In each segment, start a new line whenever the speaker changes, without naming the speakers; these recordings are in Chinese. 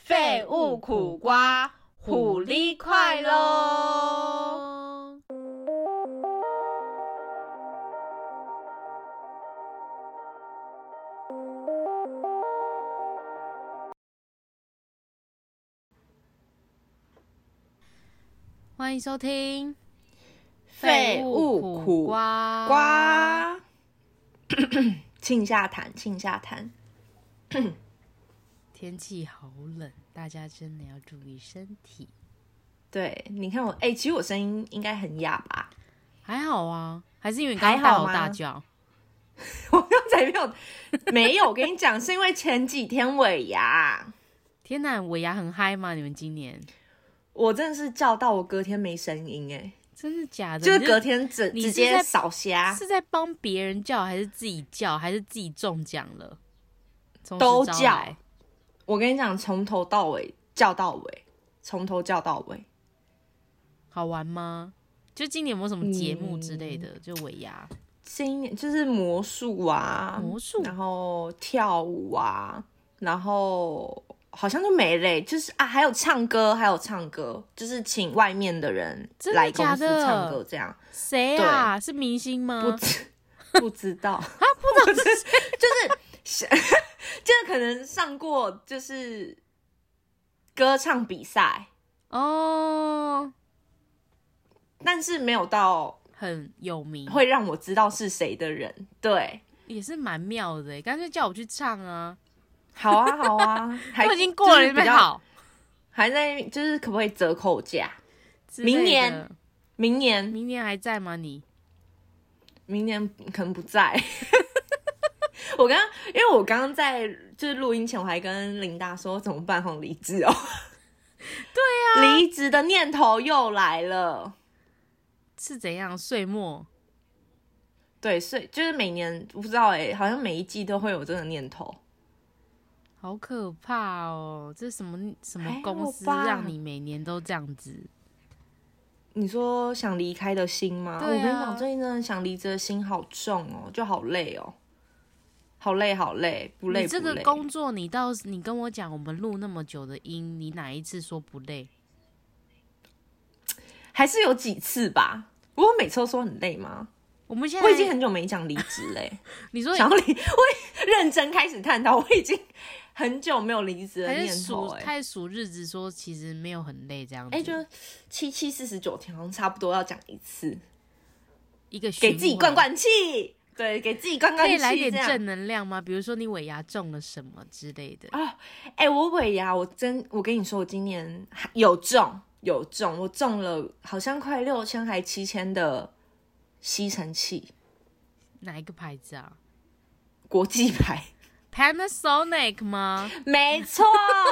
废物苦瓜，虎力快喽！
欢迎收听
废物苦
瓜，
瓜， 庆下谈，庆下谈。
天气好冷，大家真的要注意身体。
对，你看我，哎、其实我声音应该很哑吧？
还好啊，还是因为你刚刚
还
大
好
吼
吗
大叫。
我刚才没有，没有，我跟你讲，是因为前几天尾牙，
天哪，尾牙很嗨吗？你们今年
我真的是叫到我隔天没声音、哎，
真的假的？
就是
啊你
隔天啊直
你
直
是
接
在
扫瞎，
是在帮别人叫，还是自己叫，还是自己中奖了？从实
都
招
叫
来
我跟你讲，从头到尾叫到尾，从头叫到尾。
好玩吗？就今年有没有什么节目之类
嗯
的？就尾牙，
今年就是魔术啊，
魔术
然后跳舞啊，然后好像就没嘞，就是啊，还有唱歌，还有唱歌，就是请外面的人
真的
来公司
假的
唱歌，这样
谁啊？是明星吗？
不知不知道嗯啊，不知道就是是就是可能上过就是歌唱比赛，
哦，
但是没有到
很有名，
会让我知道是谁的人，对。
也是蛮妙的耶。欸干脆叫我去唱啊，
好啊，好啊， 还
都已经过了，
就是
你
比
们
较
好。
还在就是可不可以折扣价？
之类的
明年，明年
明年还在吗？你
明年可能不在。 我刚刚，因为我刚刚在就是录音前，我还跟琳达说怎么办，好像离职哦。对呀、啊，离职的念头又来了。
是怎样岁末？
对，所以就是每年我不知道哎、好像每一季都会有这个念头。
好可怕哦！这是什么什
还
么
好
公司
吧
让你每年都这样子？
你说想离开的心吗？哦
对啊
我跟你讲，最近真的想离职的心好重哦，就好累哦，好累好累，不累
你
不
这
累。
个工作，你到你跟我讲，我们录那么久的音，你哪一次说不累？
还是有几次吧。不过每次都说很累吗？
我们现在
我已经很久没讲离职嘞，
你说
想要离，我认真开始探讨，我已经很久没有离职的
还
念
是
头
数
哎。
开始数日子，说其实没有很累这样子。
哎、就七七四十九天，好像差不多要讲一次，
一个
给
循
自己
环
灌，灌气，对，给自己灌
可
灌
以
气，
来点
这样
正能量吗？比如说你尾牙中了什么之类的，
哦，哎、我尾牙，我真，我跟你说，我今年还有中有中，我中了好像快六千还七千的吸尘器
哪一个牌子啊
国际牌。
？Panasonic 吗？
没错，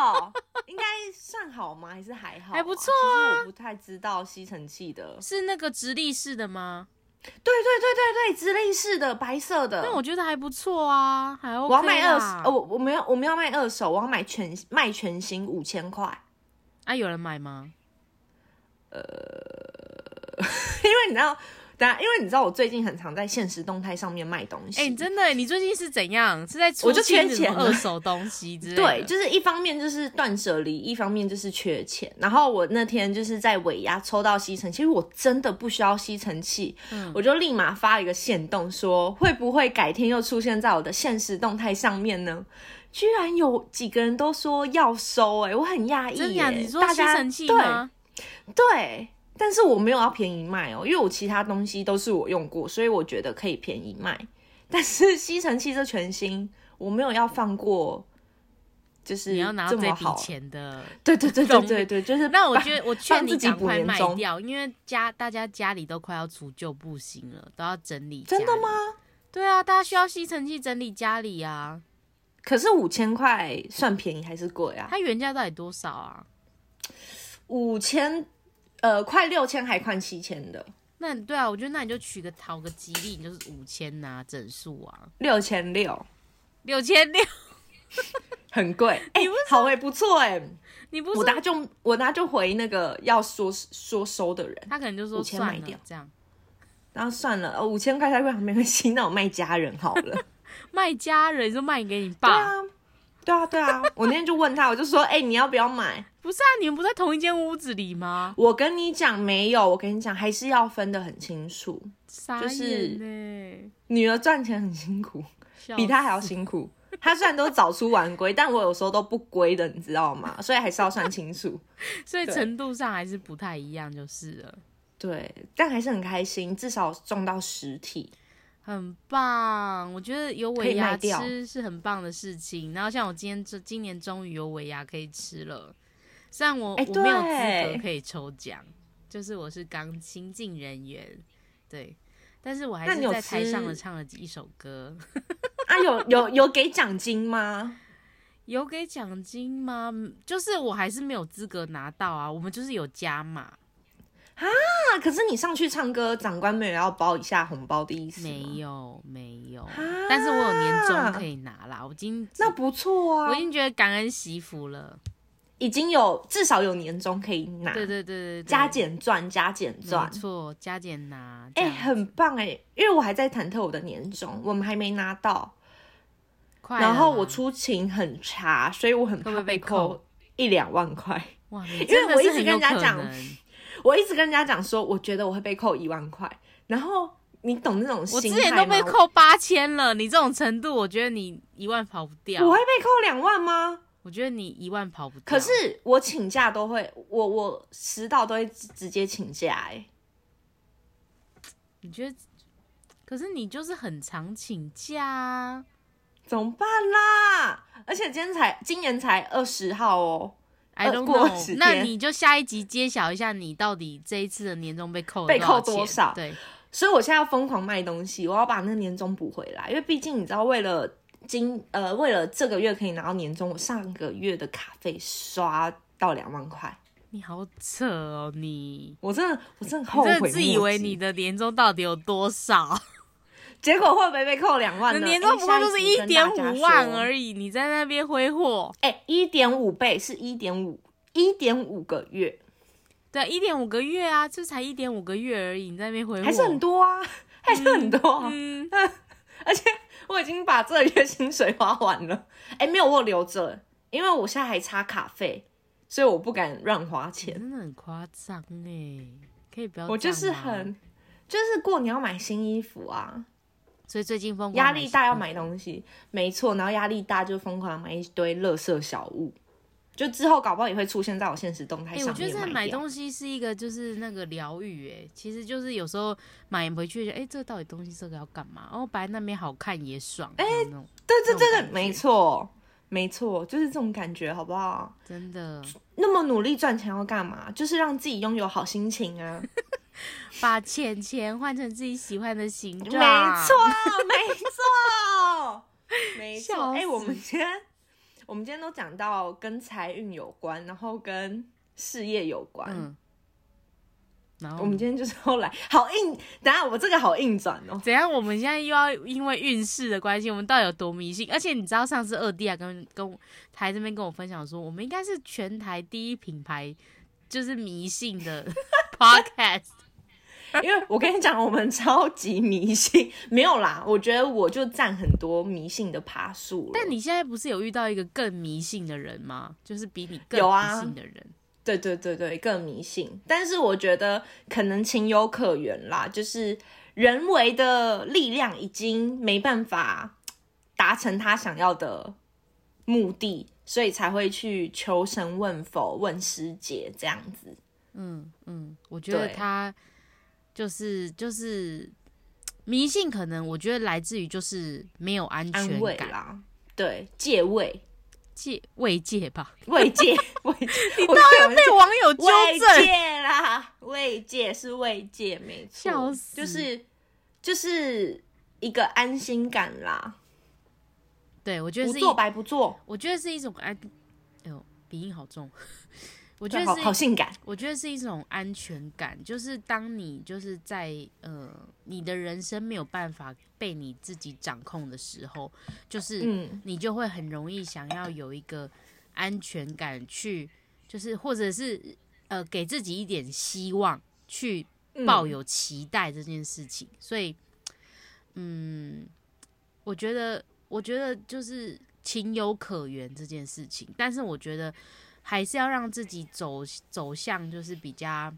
应该算好吗？还是还好啊、
还不错
啊。其实我不太知道吸尘器的，
是那个直立式的吗？
对对对对对，直立式的白色的。
但我觉得还不错啊，还 OK
我要卖
啦
二手，呃我我没有我没有卖二手，我要买全卖全新五千块。
啊，有人买吗？
因为你知道，等下，因为你知道我最近很常在现实动态上面卖东西。
哎、你真的，你最近是怎样？是在出
我就
清
缺
什么
钱了
二手东西之类的？
对，就是一方面就是断舍离，一方面就是缺钱。然后我那天就是在尾牙抽到吸尘器，其实我真的不需要吸尘器，
嗯
我就立马发了一个线动说，会不会改天又出现在我的现实动态上面呢？居然有几个人都说要收、哎，我很讶异、
真的假
耶
的你说
大
吸
家
尘器吗？
对对，但是我没有要便宜卖哦，因为我其他东西都是我用过，所以我觉得可以便宜卖。但是吸尘器这全新，我没有要放过，就是
你要拿到
这
这
么
笔
好。
钱 的。
对对对对
荣
对对，就是
那我
把
觉得，我劝
帮
你
自己
赶
补
快
年
卖
终
掉，因为家大家家里都快要除旧布新了，都要整理。
真的？吗？
对啊，大家需要吸尘器整理家里啊。
可是五千块算便宜还是贵啊？
它原价到底多少啊？
五千，呃，快六千还快七千的，
那对啊，我觉得那你就取个讨个吉利，你就是五千呐，整数啊，
六千六
六千六。
很贵。哎、好哎、不错哎、
你不
我
是
等下就我等下就回那个要说说收的人，
他可能就说
5000
算
卖
了
掉，
这样
然后算了，哦五千 块太贵，没关系，那我卖家人好了。
卖家人就卖给你
对
爸，
啊，对啊，对啊，我那天就问他，我就说，哎、你要不要买？
不是啊，你们不在同一间屋子里吗？
我跟你讲没有，我跟你讲还是要分得很清楚。
傻
就是
眼呢、
女儿赚钱很辛苦，
笑
比他还要辛苦。他虽然都早出晚归，但我有时候都不归的，你知道吗？所以还是要算清楚。
死，所以
对
程度上还是不太一样，就是了。
对，但还是很开心，至少中到实体。
很棒，我觉得有
可
尾
以卖
牙
掉
吃是很棒的事情。然后像我今天这今年终于有尾牙可以吃了，虽然我、
哎
我没有资
对
格可以抽奖，就是我是刚新进人员，对，但是我还
那
是
你有
在台上
吃
的唱了一首歌。
啊，有有有给奖金吗？
有给奖金吗？嗯就是我还是没有资格拿到啊，我们就是有加码，
啊，可是你上去唱歌，长官没有要包一下红包的意思吗？
没有没有
啊，
但是我有年终可以拿啦，我已经
那不错
我
啊
已，经觉得感恩惜福了，
已经有至少有年终可以拿，
对嗯对对对对，
加减赚，加减赚
没，错，加减拿，
哎、
哎、
很棒哎、因为我还在忐忑我的年终，我们还没拿到，
快了啦，
然后我出勤很差，所以我很
会不
怕
会被
扣一两万块。
哇，因
因为我一直跟人家讲我一直跟人家讲说，我觉得我会被扣一万块，然后你懂那种
我之
心态
前
吗？
都被扣八千了，你这种程度，我觉得你一万跑不掉，
我
我
会被扣两万吗？
觉得你一万跑不掉，
可是我请假都会，我我迟到都会直直接请假、欸，
你觉得，可是你就是很常请假啊。
怎么办啦？而且今天才今年才二十号哦，
I
呃
don't
过十
know，
天
那你就下一集揭晓一下，你到底这一次的年终被扣了
被扣
多
多
少
少
钱？
所以我现在要疯狂卖东西，我要把那个年终补回来，因为毕竟你知道，为了今呃为了这个月可以拿到年终，我上个月的卡费刷到两万块，
对，你好扯哦，你
我真的我真的
你
后悔
真
莫
的
及，
自以为你的年终到底有多少？
结果会不会被扣两万
你
呢？
的年终不过就是
一
一点五万而
已，
已，你在那边挥霍，
哎，一点五倍是一点五一点五个月，
对，一点五个月啊，这才一点五个月而已，你在那边挥霍，
还是很多啊，还是很多、啊。
哎嗯，
而且我已经把这个月薪水花完了，哎、没有，我有留着，因为我现在还差卡费，所以我不敢乱花
你
钱。
真的很夸张哎，可以不要，啊
我就是，很，就是过年要买新衣服啊，
所以最近疯狂
压力大要
买
买东西，没错，然后压力大就疯狂买一堆垃圾小物，就之后搞不好也会出现在我现实动态
哎、我
上面。
觉得这买
掉
东西是一个就是那个疗愈，哎，其实就是有时候买回去就，哎、这个到底东西这个要干嘛？哦，摆在那边好看也爽，哎、那种
对
那
对对
种
对
感，觉
没错，没错，就是这种感觉，好不好？
真的
那么努力赚钱要干嘛？就是让自己拥有好心 情啊。
把钱钱换成自己喜欢的形状，
没错，没错，没
笑
错。
死
哎、我们今天我们今天都讲到跟财运有关，然后跟事业有关。
嗯。然后
我们今天就是后来好硬，等一下我这个好硬转 哦。
怎样？我们现在又要因为运势的关系，我们到底有多迷信？而且你知道上次二弟啊跟跟我台这边跟我分享说，我们应该是全台第一品牌，就是迷信 的 podcast。
因为我跟你讲，我们超级迷信，没有啦。我觉得我就占很多迷信的爬树了。
但你现在不是有遇到一个更迷信的人吗？就是比你更
有
迷
啊
信的人，
对对对对，更迷信。但是我觉得可能情有可原啦，就是人为的力量已经没办法达成他想要的目的，所以才会去求神问佛、问师姐这样子。
嗯嗯，我觉得
对
他就是就是迷信，可能我觉得来自于就是没有安
安
全
慰
感，
啦，对，借位、
戒慰藉吧，
慰藉、慰藉。你到底有
哎
没
被网友纠
慰
正。
藉啦，慰藉是慰藉，没错，
笑死
就是就是一个安心感啦，
对，我觉得
不
是一，
做白不做。
我觉得是一种安，哎呦，鼻音好重。 我觉
对
得
好
是
好性感，
我觉得是一种安全感，就是当你就是在呃你的人生没有办法被你自己掌控的时候，就是
嗯，
你就会很容易想要有一个安全感去，就是或者是呃给自己一点希望去
嗯
抱有期待这件事情，所以，嗯，我觉得，我觉得就是情有可原这件事情，但是我觉得还是要让自己走走向就是比较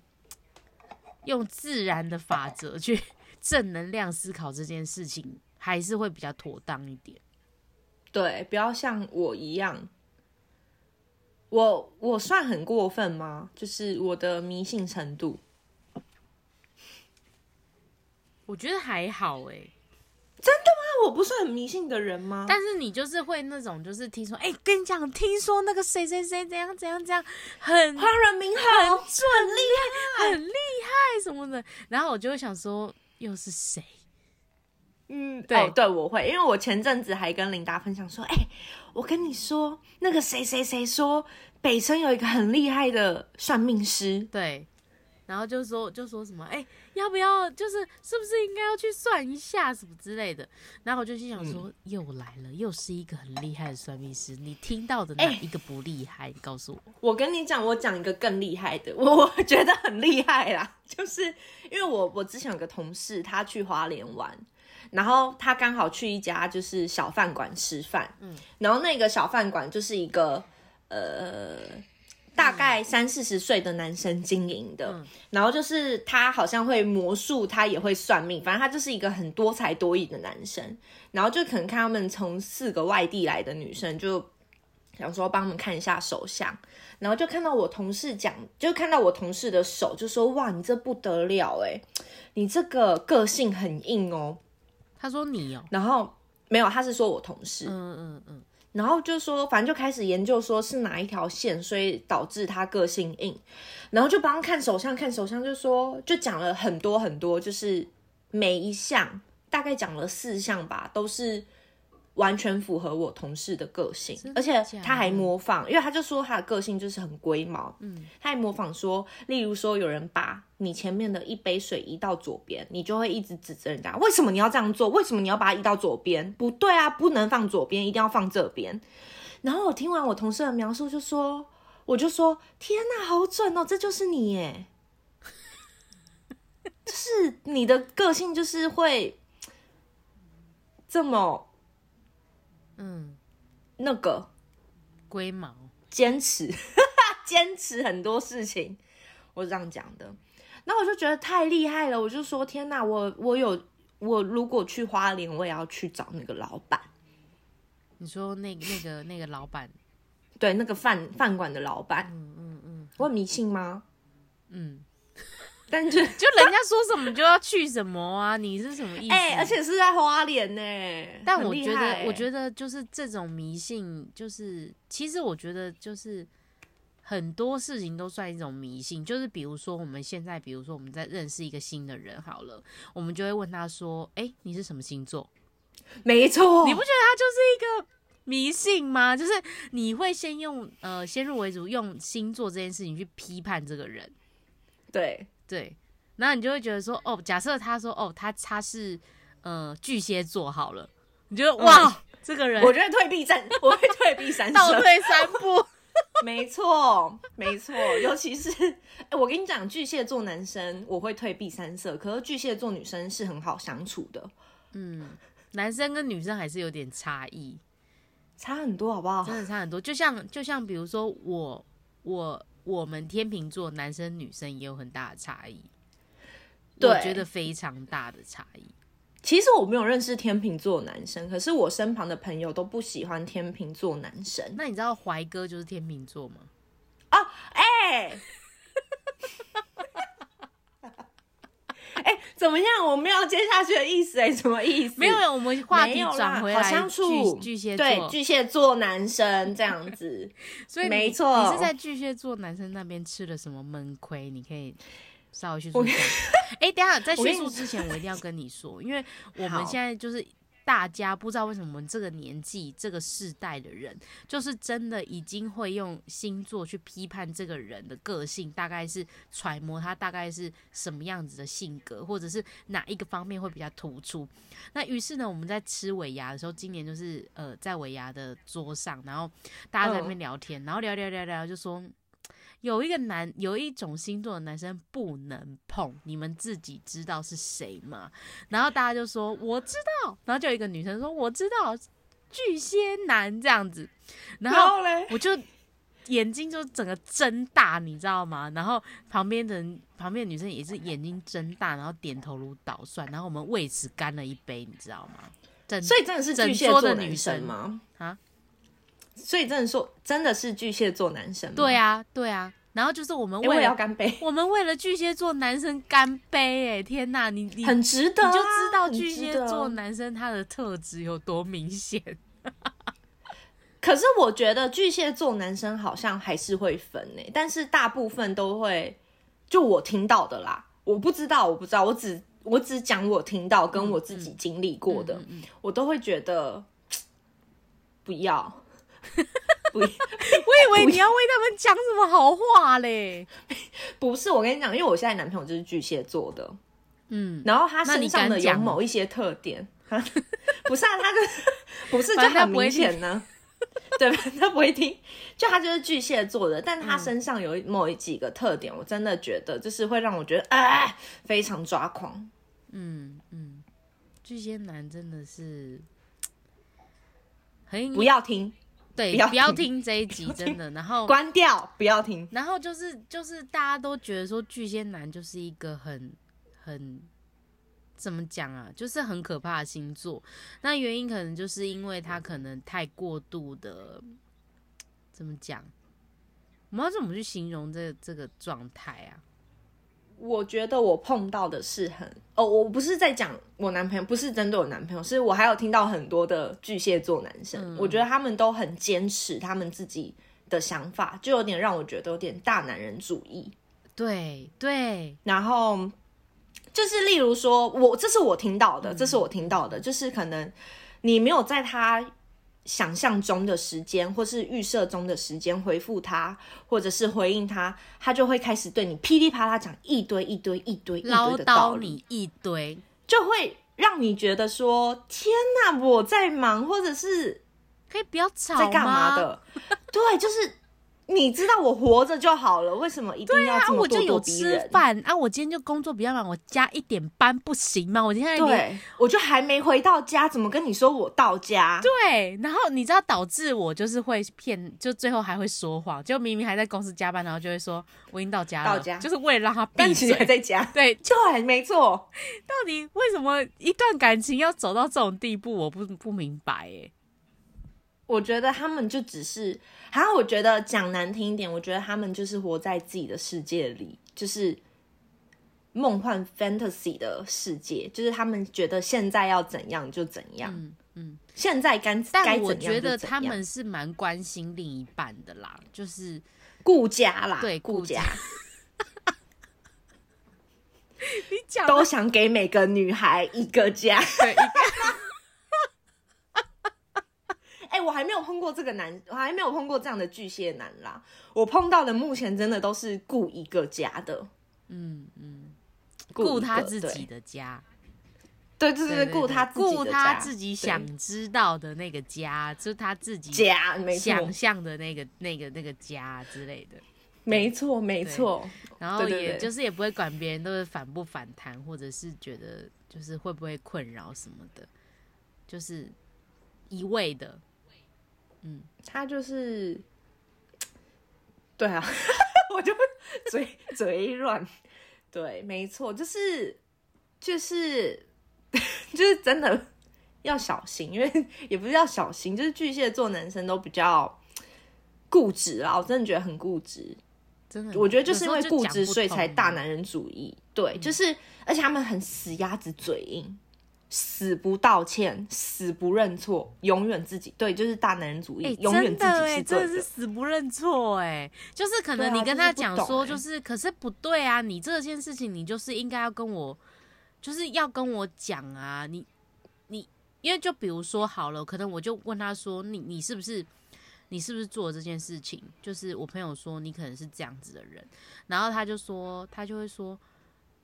用自然的法则去 正能量思考这件事情，还是会比较妥当一点。
对，不要像我一样。我我算很过分吗？就是我的迷信程度，
我觉得还好诶、
那我不是很迷信的人吗？
但是你就是会那种，就是听说，哎、跟你讲，听说那个谁谁谁怎样怎样怎样，很
花人名号很厉
很厉害什么的，然后我就会想说，又是谁？
嗯，
对
哦、对，我会，因为我前阵子还跟琳达分享说，哎、我跟你说，那个谁谁谁说北城有一个很厉害的算命师，
对，然后就说就说什么，哎、要不要就是是不是应该要去算一下什么之类的？然后我就心想说，又来了，又是一个很厉害的算命师，你听到的哪哎一个不厉害？你告诉我，
我跟你讲，我讲一个更厉害的， 我我觉得很厉害啦， 就是因为我我之前有个同事，他去花莲玩，然后他刚好去一家就是小饭馆吃饭，嗯，然后那个小饭馆就是一个呃。大概三四十岁的男生经营的，
嗯
然后就是他好像会魔术，他也会算命，反正他就是一个很多才多艺的男生。然后就可能看他们从四个外地来的女生，就想说帮他们看一下手相，然后就看到我同事讲，就看到我同事的手，就说哇，你这不得了哎，你这个个性很硬哦。
他说你哦、
然后没有，他是说我同事，
嗯嗯嗯，
然后就说，反正就开始研究说是哪一条线，所以导致他个性硬，然后就帮他看手相，看手相就说，就讲了很多很多，就是每一项大概讲了四项吧，都是完全符合我同事的个性，
真的
而且
假的
他还模仿，因为他就说他的个性就是很龟毛，嗯，他还模仿说，例如说有人把你前面的一杯水移到左边，你就会一直指责人家，为什么你要这样做？为什么你要把它移到左边？不对啊，不能放左边，一定要放这边。然后我听完我同事的描述，就说，我就说，天哪，好准哦，这就是你耶，就是你的个性就是会这么
嗯，
那个。
龟毛，
坚持， 坚持很多事情，我是这样讲的。那我就觉得太厉害了，我就说天哪，我我有我如果去花莲，我也要去找那个老板，
你说那那个那个老板，
对，那个饭饭馆的老板。嗯嗯嗯，我很迷信吗？
嗯，
但是
就人家说什么你就要去什么啊，你是什么 意思？
哎、而且是在花莲呢、
但
很
我
厉
觉
害
得，
欸
我觉得就是这种迷信，就是其实我觉得就是很多事情都算一种迷信。就是比如说我们现在，比如说我们在认识一个新的人好了，我们就会问他说：“哎、你是什么星座
没？”错，
你不觉得他就是一个迷信吗？就是你会先用呃先入为主，用星座这件事情去批判这个人。
对
对，然后你就会觉得说，哦，假设他说，哦，他他是呃巨蟹座好了，你觉得
哦
哇，这个人
我觉得退避战，我会退避 三
倒
舍。
退三步，
没错，没错，尤其是，哎、我跟你讲，巨蟹座男生我会退避三舍，可是巨蟹座女生是很好相处的，
嗯， 男生跟女生还是有点差异，
差很多，好不好
真？的差很多。就像就像比如说我我我们天秤座男生女生也有很大的差异，
对
我觉得非常大的差异。
其实我没有认识天秤座男生，可是我身旁的朋友都不喜欢天秤座男生。
那你知道怀哥就是天秤座吗？
哎、哎、怎么样？我没有接下去的意思、哎，什么意思？
没有，我们话
没
题
有啦
转回
好
来，
相处
巨巨蟹
对
座，
巨蟹座男生这样子。
所以你
没错
你是在巨蟹座男生那边吃了什么闷亏？你可以稍微叙述一下。哎、等一下在
我跟
叙
你
述之前，我一定要跟你说，因为我
好
们现在就是大家不知道为什么我们这个年纪、这个世代的人，就是真的已经会用星座去批判这个人的个性，大概是揣摩他大概是什么样子的性格，或者是哪一个方面会比较突出。那于是呢，我们在吃尾牙的时候，今年就是呃，在尾牙的桌上，然后大家在那边聊天，然后聊聊聊聊，就说有一个男，有一种星座的男生不能碰，你们自己知道是谁吗？然后大家就说我知道，然后就有一个女生说我知道，巨蟹男这样子， 然
然
后
后嘞，
我就眼睛就整个睁大，你知道吗？然后旁边的人旁边的女生也是眼睛睁大，然后点头如捣蒜，然后我们为此干了一杯，你知道吗？整
所以真的是巨蟹
整
座
桌的
男
女
生
生
吗？
啊，
所以真的说，真的是巨蟹座男生吗？
对
啊，
啊，对啊，然后就是我们
我
为
也要
了
干杯，
我们为了巨蟹座男生干杯、哎，天哪，你你
很值得啊、
你就知道
很值
巨蟹
得啊
座男生他的特质有多明 显。
可是我觉得巨蟹座男生好像还是会分呢、但是大部分都会，就我听到的啦，我不知道，我不知道，我只我只讲我听到跟我自己经历过的，我都会觉得不要， 不
我以为你要为他们讲什么好话嘞。
不是我跟你讲，因为我现在男朋友就是巨蟹座的，
嗯，
然后他
那
身
你
上的
敢
有
讲吗
某一些特点， 啊不是啊，他就 不是就
反正他
很
不会
明显呢、对 吧？他不会听，就他就是巨蟹座的，但他身上有某几个特点，我真的觉得就是会让我觉得哎、非常抓狂。
嗯嗯，巨蟹男真的是很
不要听，
对，
不要
不要
听
听这一集真的。然后
关掉，不要听。
然后就是就是大家都觉得说巨蟹男就是一个很很怎么讲啊，就是很可怕的星座。那原因可能就是因为他可能太过度的怎么讲，我们要怎么去形容这这个状态啊？
我觉得我碰到的是很哦，我不是在讲我男朋友，不是针对我男朋友，是我还有听到很多的巨蟹座男生，我觉得他们都很坚持他们自己的想法，就有点让我觉得有点大男人主义。
对对，
然后就是例如说，我这是我听到
嗯
的，这是我听到的，就是可能你没有在他想象中的时间或是预设中的时间回复他，或者是回应他，他就会开始对你噼里啪啦讲一堆一堆一堆一
唠
堆的道
叨
理，
你一堆，
就会让你觉得说天哪，我在忙，或者是
可以不要吵
在干嘛
吗？
的？对，就是。你知道我活着就好了，为什么一定要
啊，
这么
我就
咄
有
咄逼
吃
人？
饭啊，我今天就工作比较忙，我加一点班不行吗？我今天连
对，我就还没回到家，怎么跟你说我到家？
对，然后你知道导致我就是会骗，就最后还会说谎，就明明还在公司加班，然后就会说我已经到家了，
到家
就是为了让他闭
但其实还
嘴。
在家。
对，
对，没错，
到底为什么一段感情要走到这种地步，我不不明白哎。
我觉得他们就只是，还有我觉得讲难听一点，我觉得他们就是活在自己的世界里，就是梦幻 fantasy 的世界，就是他们觉得现在要怎样就怎样，
嗯嗯，
现在该该
但
怎
我
样就
觉得
怎
他
样
们是蛮关心另一半的啦，就是
顾家啦，
对
顾
顾家
家
你讲
都想给每个女孩一个家。
对一个
哎、我还没有碰过这个男，我还没有碰过这样的巨蟹男啦。我碰到的目前真的都是顾一个家的，
嗯嗯，
顾一
顾
个
他自己，的家。
对对对对
对
对，
对
顾他自己的
顾
家
他自己想知道的那个家，就是他自己
家，没错
想，象的那个那个那个家之类的。
没错，没错。
然后
对对
也
对
就是也不会管别人都是反不反弹，或者是觉得就是会不会困扰什么的，就是一味的。
他就是，对啊，我就嘴嘴软，对，没错，就是就是 就是真的要小心，因为也不是要小心，就是巨蟹座男生都比较固执啊，我真的觉得很固执。
真的，
我觉得就是因
嗯
为
有时候
固
讲
执，
不
所以
通
才
啊嗯
大男人主义。对，就是而且他们很死鸭子嘴硬，死不道歉，死不认错，永远自己对，就是大男人主义，
哎、
永远
真
自
的哎、
己是
真
对
的是死不认错哎、就是可
对啊
能你跟他讲说，
就
就是、可是不对啊，你这件事情你就是应该要跟我，就是要跟我讲啊，你你因为就比如说好了，可能我就问他说，你你是不是你是不是做了这件事情？就是我朋友说你可能是这样子的人，然后他就说他就会说，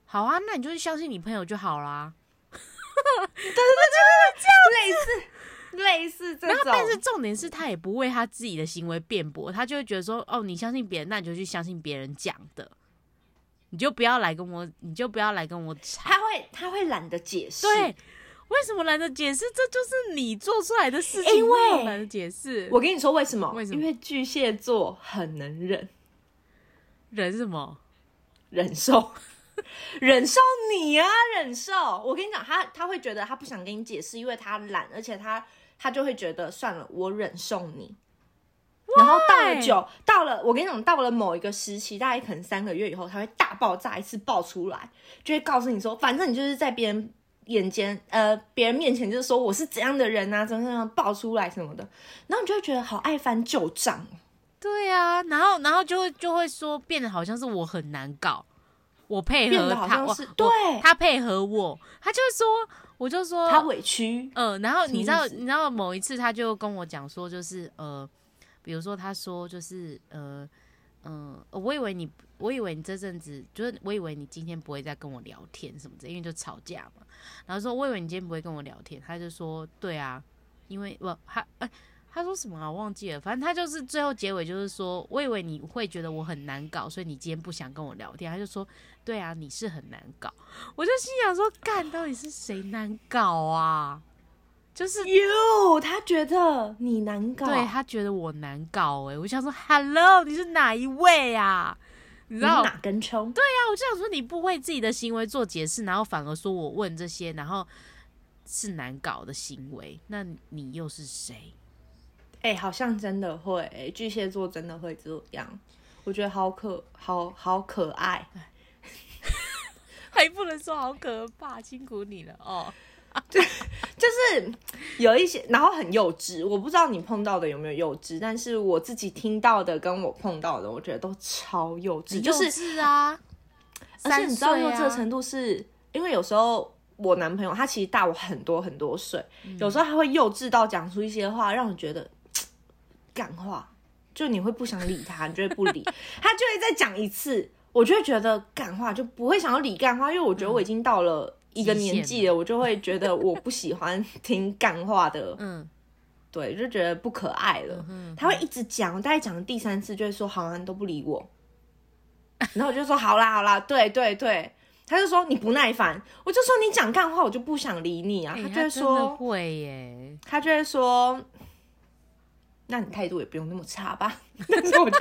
好啊，那你就去相信你朋友就好啦。
类似这
然后，
种。
但是重点是他也不为他自己的行为辩驳，他就会觉得说，哦，你相信别人，那你就去相信别人讲的，你就不要来跟我，你就不要来跟我吵。
他会他会懒得解释，
对，为什么懒得解释？这就是你做出来的事情，
因为
为什么懒得解释。
我跟你说为什么？
为什么
因为巨蟹座很能忍
人什么？
忍受。 忍受你啊，忍受！我跟你讲，他他会觉得他不想跟你解释，因为他懒，而且他他就会觉得算了，我忍受你。然后到了久，到了我跟你讲，到了某一个时期，大概可能三个月以后，他会大爆炸一次爆出来，就会告诉你说，反正你就是在别人眼前，呃，别人面前就是说我是怎样的人啊，怎样怎样爆出来什么的，然后你就会觉得好爱翻旧账哦。
对啊，然后然后就会就会说变得好像是我很难搞，我配
变
合
得好
他，
像
我
是
哎我
对
他配合我，他就会说，我就说
他委屈，
呃，然后你知
什么
道，
意思
你知道某一次他就跟我讲说，就是呃，比如说他说就是呃嗯、呃我以为你，我以为你这阵子就是我以为你今天不会再跟我聊天什么的，因为就吵架嘛。然后说我以为你今天不会跟我聊天，他就说对啊，因为我他哎、他说什么啊？我忘记了，反正他就是最后结尾就是说，我以为你会觉得我很难搞，所以你今天不想跟我聊天。他就说，对啊，你是很难搞。我就心想说，干到底是谁难搞啊？就是
哟，他觉得你难搞，
对他觉得我难搞哎、我想说，Hello，你是哪一位啊？你
你
知
是
道
哪根葱？
对啊，我就想说你不为自己的行为做解释，然后反而说我问这些，然后是难搞的行为，那你又是谁？
哎、好像真的会、哎巨蟹座真的会这样，我觉得好可好好可爱。
还不能说好可怕，辛苦你了哦。
就是有一些，然后很幼稚。我不知道你碰到的有没有幼稚，但是我自己听到的跟我碰到的，我觉得都超幼稚。就
幼
是，
稚啊，
而且你知道
三岁
幼
啊
稚的程度是，因为有时候我男朋友他其实大我很多很多岁，
嗯
有时候他会幼稚到讲出一些话，让我觉得干话，就你会不想理他，你就会 不理他，就会再讲一次，我就会觉得干话就不会想要理干话，因为我觉得我已经到了。一个
嗯极限
年纪了，我就会觉得我不喜欢 听干话的
嗯，
对，就觉得不可爱了。他会一直讲，我大概讲了第三次就会说：“好啊，你都不理我。” 然后我就说：“好啦，好啦，对对对。”他就说：“你不耐烦。”我就说：“你讲干话，我就不想理你啊。
哎
他就会
真的
说
会耶，：“
他就会说，那你态度也不用那么差吧。” 但是我就，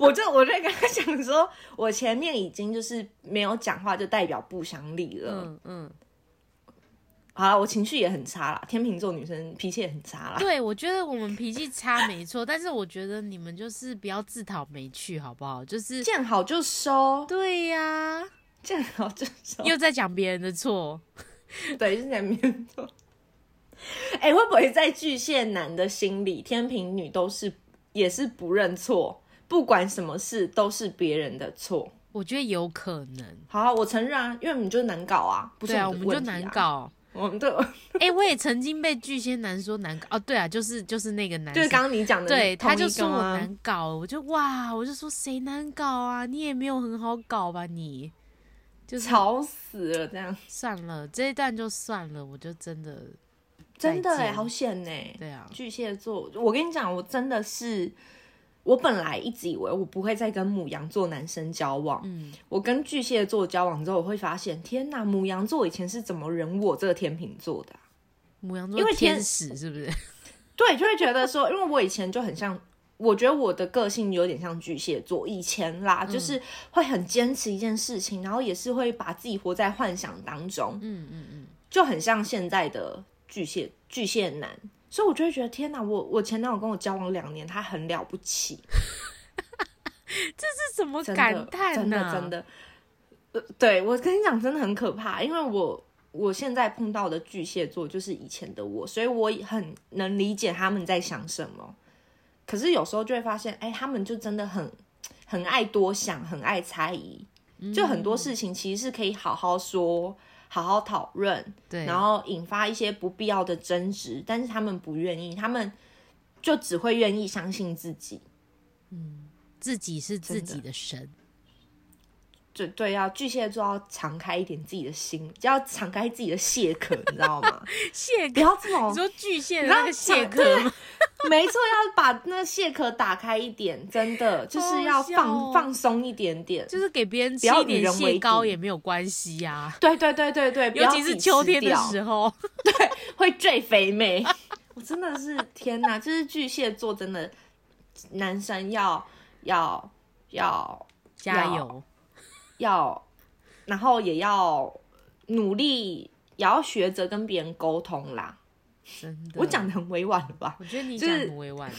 我就，我就跟他讲说，我前面已经就是没有讲话，就代表不想理了。
嗯嗯，
好了，我情绪也很差啦，天秤座女生脾气也很差啦。
对，我觉得我们脾气差没错，但是我觉得你们就是不要自讨没趣，好不好？就是
见好就收，
对呀、
见好就收。
又在讲别人的错，
对，就是在面对。 哎、会不会在巨蟹男的心里，天平女都是也是不认错，不管什么事都是别人的错？
我觉得有可能。
好、啊，我承认啊，因为我们就难搞啊，不是
对啊，
我
我
们
们
的问
就
题
难，搞。
我们对，
哎、我也曾经被巨蟹男说难搞。哦，对啊，就是就是那个男
就是
生，
刚刚你讲的，
对，他就说
说
我难搞，我就哇，我就说谁难搞啊？你也没有很好搞吧你？就是
吵死了，这样
算了，这一段就算了，我就真的再
真的哎、
见
好险哎、
对啊，
巨蟹座，我跟你讲，我真的是，我本来一直以为我不会再跟母羊座男生交往。
嗯，
我跟巨蟹座交往之后，我会发现，天哪，母羊座以前是怎么忍我这个天秤座的啊、
母羊座
因为天
天使是不是？
对，就会觉得说，因为我以前就很像。我觉得我的个性有点像巨蟹座，以前啦，
嗯
就是会很坚持一件事情，然后也是会把自己活在幻想当中，
嗯嗯嗯，
就很像现在的巨蟹巨蟹男，所以我就会觉得天哪，我我前男友跟我交往两年，他很了不起，
这怎么
真的
感叹
真
呢、
的真的，呃，对我跟你讲，真的很可怕，因为我我现在碰到的巨蟹座就是以前的我，所以我很能理解他们在想什么。可是有时候就会发现，哎、他们就真的很很爱多想，很爱猜疑，
嗯
就很多事情其实是可以好好说。好好讨论，
对，
然后引发一些不必要的争执，但是他们不愿意，他们就只会愿意相信自己。
自己是自
真的
己的神，
就对要巨蟹座要敞开一点自己的心，要敞开自己的蟹壳，你知道吗？
蟹
不
壳，
要这么
你，说巨蟹的
你知道
那个 蟹
敞
壳吗？
没错，要把那蟹壳打开一点，真的就是要
好好笑哦
放、放松一点点。
就是给别人
不
吃
要
一
与
点
人为
蟹膏
敌
也没有关系呀、
对对对对对，不
尤
要
其
自
是
己
秋
吃
天的
掉
时候，
会最肥美。我真的是天哪，就是巨蟹座真的男生要要要
加油！
要，然后也要努力，也要学着跟别人沟通啦。
真的，
我讲的很委婉了吧？
我觉得你
就
讲
是
得很委婉了。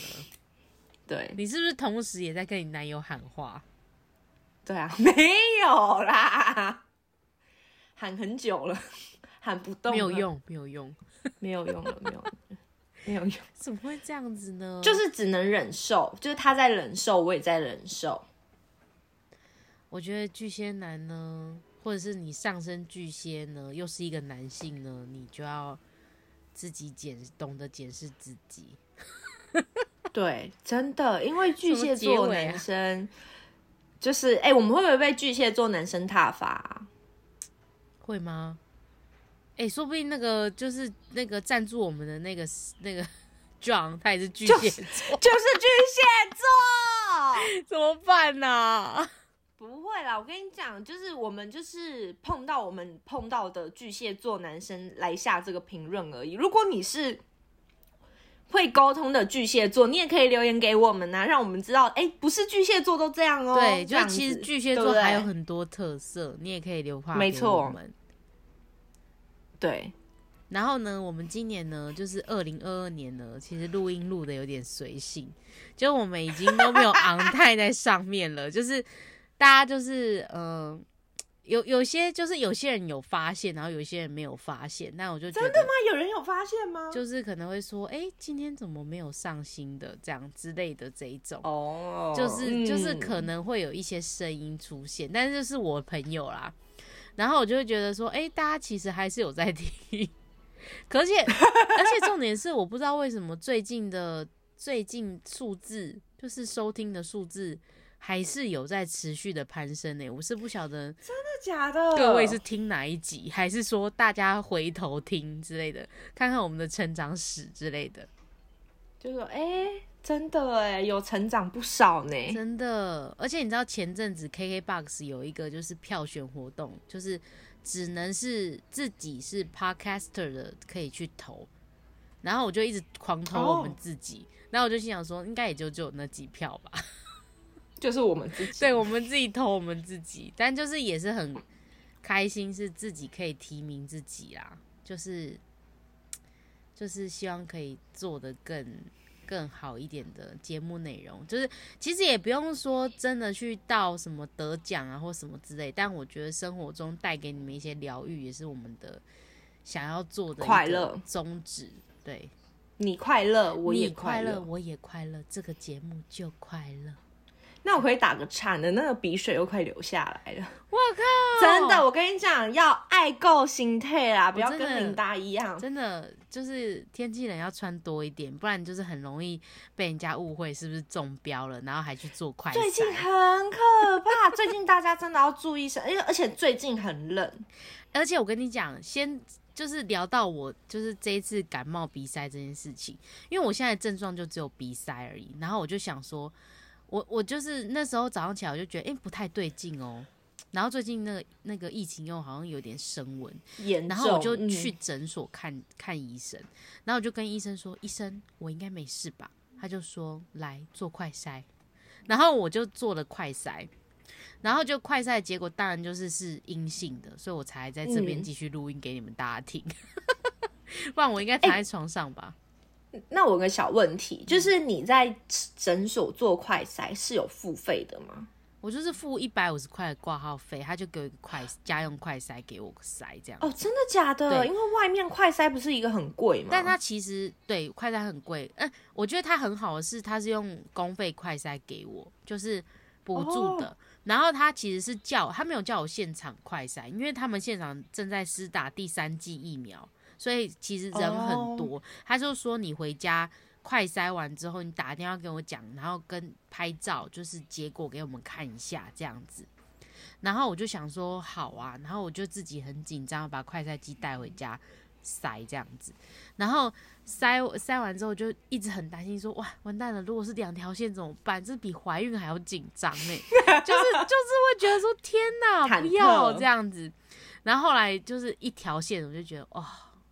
对
你是不是同时也在跟你男友喊话？
对啊， 没有啦，喊很久了，喊不动，
没有，用，没有用，
没有用了，没有用了， 没有用，
怎么会这样子呢？
就是只能忍受，就是他在忍受，我也在忍受。
我觉得巨蟹男呢，或者是你上升巨蟹呢，又是一个男性呢，你就要自己检，懂得检视自己。
对，真的，因为巨蟹
什么
座
结尾啊
男生、就是，哎、我们会不会被巨蟹座男生踏 伐啊、
会吗？哎、说不定那个就是那个赞助我们的那个那个 John，他也是巨蟹座，
就是巨蟹座。
怎么办呢、
不会啦，我跟你讲，就是我们就是碰到我们碰到的巨蟹座男生来下这个评论而已。如果你是会沟通的巨蟹座，你也可以留言给我们呐、让我们知道，哎、不是巨蟹座都这样哦、
对，
这
就
样
是
子
其实巨蟹
对不
座
对
还有很多特色，你也可以留话
没
给
错
我们。
对，
然后呢，我们今年呢，就是二零二二年呢，其实录音录的有点随性，就我们已经都没有昂泰在上面了，就是大家就是呃，有有些就是有些人有发现，然后有些人没有发现，那我就觉得
那有人有发现吗？
就是可能会说，哎、今天怎么没有上新的这样之类的这一种。
哦
就是就是
嗯
可能会有一些声音出现，但是就是我朋友啦，然后我就会觉得说，哎、大家其实还是有在听， 可且而且重点是，我不知道为什么最近的最近数字就是收听的数字还是有在持续的攀升呢、我是不晓得
假的？
各位是听哪一集，还是说大家回头听之类的，看看我们的成长史之类的，
就说，哎、真的哎，有成长不少呢。
真的，而且你知道前阵子 KKBOX 有一个就是票选活动，就是只能是自己是 podcaster 的可以去投，然后我就一直狂投我们
哦
自己，然后我就心想说应该也就只有那几票吧，
就是我们自己，
对我们自己投我们自己，但就是也是很开心是自己可以提名自己啦，就是就是希望可以做的更更好一点的节目内容，就是其实也不用说真的去到什么得奖啊或什么之类，但我觉得生活中带给你们一些疗愈，也是我们的想要做的一
快
个
乐
宗旨。对，
你快乐，我也
你快
乐。
我也快乐，这个节目就快乐。
那我可以打个岔的，那个鼻水又快流下来了。
我靠，
真的，我跟你讲，要爱够心态啦，不要
真的
跟琳达一样。
真的就是天气冷要穿多一点，不然就是很容易被人家误会是不是中标了，然后还去做快
最近
筛。
很可怕，最近大家真的要注意身，因为而且最近很冷。
而且我跟你讲，先就是聊到我就是这一次感冒鼻塞这件事情，因为我现在症状就只有鼻塞而已，然后我就想说，我我就是那时候早上起来我就觉得，哎、不太对劲哦。然后最近那个那个疫情又好像有点升温，
严重，
然后我就去
嗯、
诊所看、看医生，然后我就跟医生说：“医生，我应该没事吧？”他就说：“来做快筛。”然后我就做了快筛，然后就快筛的结果当然就是是阴性的，所以我才在这边
嗯
继续录音给你们大家听。 不然我应该躺
哎
在床上吧？
嗯那我有个小问题，就是你在诊所做快筛是有付费的吗？
我就是付一百五十块的挂号费，他就给我一个快家用快筛给我筛这样。
哦，真的假的？
对
因为外面快筛不是一个很贵吗？
但它其实对快筛很贵，嗯，我觉得它很好的是，它是用公费快筛给我，就是补助的。然后它其实是叫，它没有叫我现场快筛，因为他们现场正在施打第三剂疫苗，所以其实人很多。他就说你回家快筛完之后，你打电话给我讲，然后跟拍照，就是结果给我们看一下这样子。然后我就想说好啊，然后我就自己很紧张，把快塞机带回家塞这样子，然后塞塞完之后就一直很担心说哇完蛋了，如果是两条线怎么办？这比怀孕还要紧张 哎、就是就是会觉得说天哪，
忐忑
不要这样子。然后后来就是一条线，我就觉得哦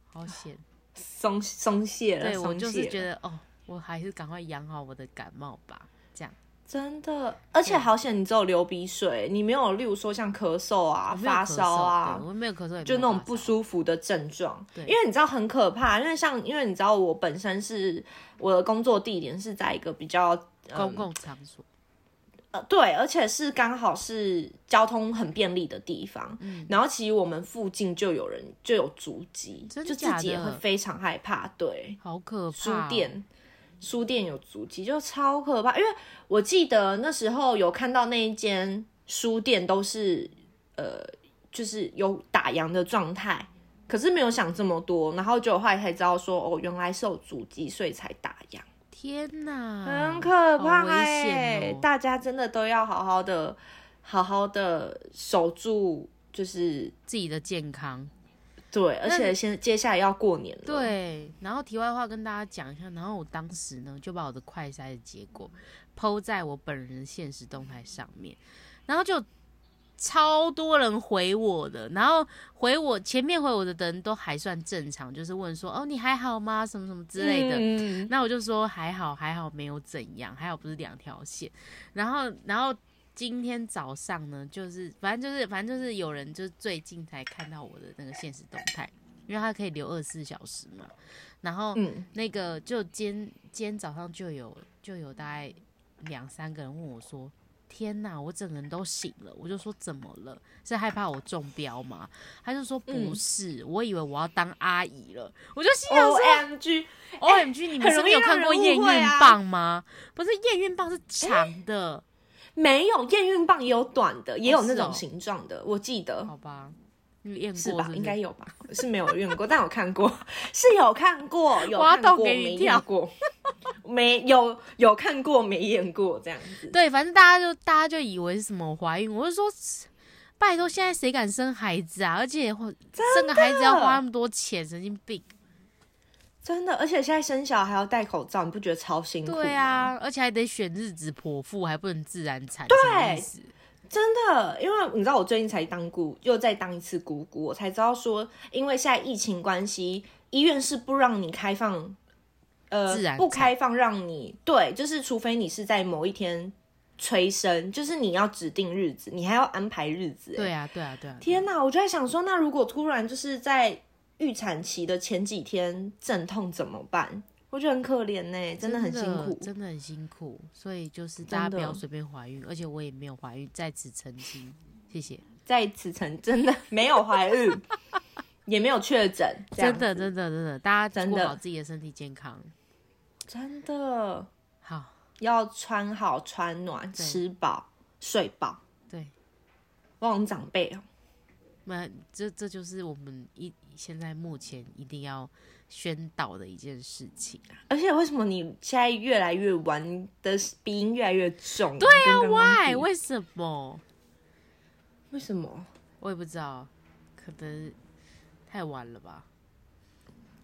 好 险，
松松懈了，
对我
啊松懈
就是觉
了
得哦我还是赶快养好我的感冒吧，这样。
真的，而且好险你只有流鼻水，你没有例如说像咳嗽啊、
我没有
发
咳
烧
嗽
啊
对，我没有咳嗽，也没有
就那种
发
不
烧
舒服的症状。
对
因为你知道很可怕，因为像因为你知道我本身是我的工作地点是在一个比较
公共场所，
呃，对，而且是刚好是交通很便利的地方，
嗯
然后其实我们附近就有人就有足迹，
真
就
的
自
假
己也
的
会非常害怕。对，
好可怕、哦
书，店，书店有足迹，就超可怕。因为我记得那时候有看到那一间书店都是呃，就是有打烊的状态，可是没有想这么多，然后就后来才知道说哦，原来是有足迹，所以才打烊。
天哪，
很可
嗯
怕
好危
哎、
险哦！
大家真的都要好好的、好好的守住，就是
自己的健康。
对，而且现接下来要过年了，，
对，然后题外话跟大家讲一下，然后我当时呢就把我的快筛的结果抛在我本人的现实动态上面，然后就超多人回我的，然后回我前面回我的人都还算正常，就是问说哦你还好吗什么什么之类的，
嗯、
那我就说还好，还好没有怎样，还好不是两条线。然后，然后今天早上呢，就是反正就是反正就是有人就是最近才看到我的那个现实动态，因为他可以留二十四小时嘛。然后
嗯
那个就今今天早上就有就有大概两三个人问我说。天呐，我整个人都醒了，我就说怎么了？是害怕我中标吗？他就说不
嗯哦
是，我以为我要当阿姨了，我就心想
，O
说
M G，
O M
哎
G，你们是没有看过验
啊
孕棒吗？不是验孕棒是长的，
没有验孕棒也有短的，也有那
是哦
种形状的，我记得
好吧？你验过
是
不
吧？
是
应该有吧？是没有用过，但我看过， 是有看过，有
我要
看过
动给你
没
跳
验过， 没有有看过没验过这样子，
对，反正大家就大家就以为是什么怀孕，我就说。拜托，现在谁敢生孩子啊？而且生个孩子要花那么多钱，神经病！
真的，而且现在生小孩还要戴口罩，你不觉得超辛苦吗？
对啊，而且还得选日子剖腹，还不能自然产，什么意思？
真的，因为你知道我最近才当姑，又再当一次姑姑，我才知道说，因为现在疫情关系，医院是不让你开放，呃
自然，
不
产
开放让你对，就是除非你是在某一天催生，就是你要指定日子，你还要安排日子。欸
对，啊，对啊，对啊！
天哪，我就在想说，那如果突然就是在预产期的前几天阵痛怎么办？我觉得很可怜呢、真的很辛苦。
真的很辛苦。所以就是大家
真的
不要随便怀孕，而且我也没有怀孕，在此澄清，谢谢。
在此曾真的没有怀孕， 也没有确诊，这样
真的，真的，真的，大家
真
顾
的
好自己的身体健康。
真的
好，
要穿好、穿暖、
对
吃饱、睡饱。
对，
我们长辈哦，
那这这就是我们一现在目前一定要宣导的一件事情。
而且为什么你现在越来越晚你的鼻音越来越重？对啊
喂，为什么？
为什么？
我也不知道，可能太晚了吧。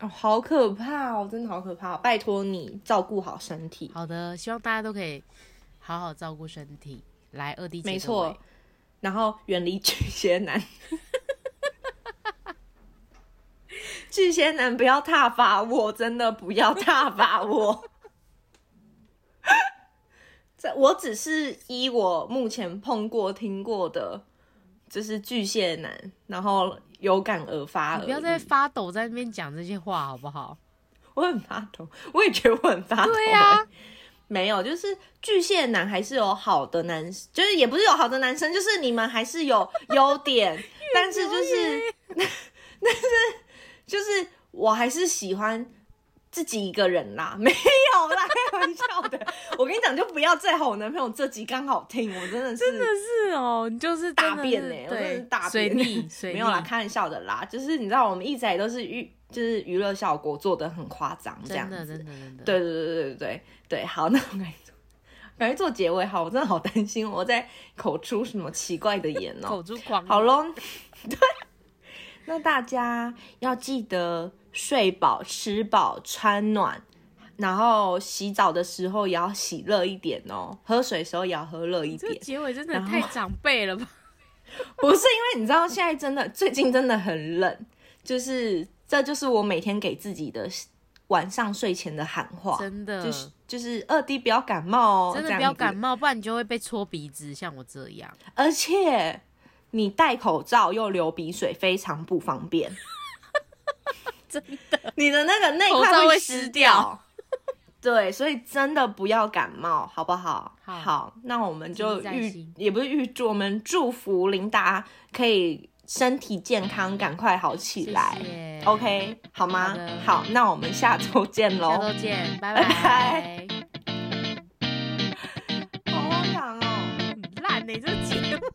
哦，好可怕哦，真的好可怕哦、拜托你照顾好身体。
好的，希望大家都可以好好照顾身体。来，二弟，
没错，然后远离巨蟹男。 巨蟹男不要踏伐我，真的不要踏伐我。 这我只是依我目前碰过、听过的，就是巨蟹男，然后有感而发而
你
已。
不要再发抖，在那边讲这些话好不好？
我很发抖，我也觉得我很发抖、
对啊呀、
欸没有，就是巨蟹男还是有好的男，就是也不是有好的男生，就是你们还是有优 点，但是就是，但是就是我还是喜欢自己一个人啦， 没有啦，开玩笑的。我跟你讲，就不要再吼我男朋友这集刚好听，我真的是
真的是哦，你就是欸真
大
的
便
是
呢、我真的
对
是大便，
水
欸
逆，水
没有啦，
逆
开玩笑的啦，就是你知道我们一直以来都是娱，就是娱乐效果做的很夸张这样
真
子，
的真的真的，
对对对对对对对，好，那我跟你说，赶快做结尾好，我真的好担心我在口出什么奇怪的言哦、
口出狂。
好，喽， 对，那大家要记得睡饱、吃饱、穿暖，然后洗澡的时候也要洗热一点哦，喝水的时候也要喝热一
这个
点。
结尾真的
然后
太长辈了吧？
不是因为你知道现在真的最近真的很冷，就是这就是我每天给自己的晚上睡前的喊话，
真的，
就是就是二弟不要感冒哦，
嗯真
这
的
样
不要
子
感冒，不然你就会被戳鼻子，像我这样。
而且你戴口罩又流鼻水，非常不 方便。真的，你的那个内
口罩
块
会湿
湿
掉。
对，所以真的不要感冒，好不好？
好
那我们
谨
就
记在
预
心
也不是预祝，我们祝福琳达可以身体健康，赶快好起
嗯谢
来。
谢。
OK，好吗？
好的
好，那我们下周见喽。
下周
好
见，拜
拜
拜
拜。荒唐哦。哦
嗯很烂呢、欸，这个节目。 欸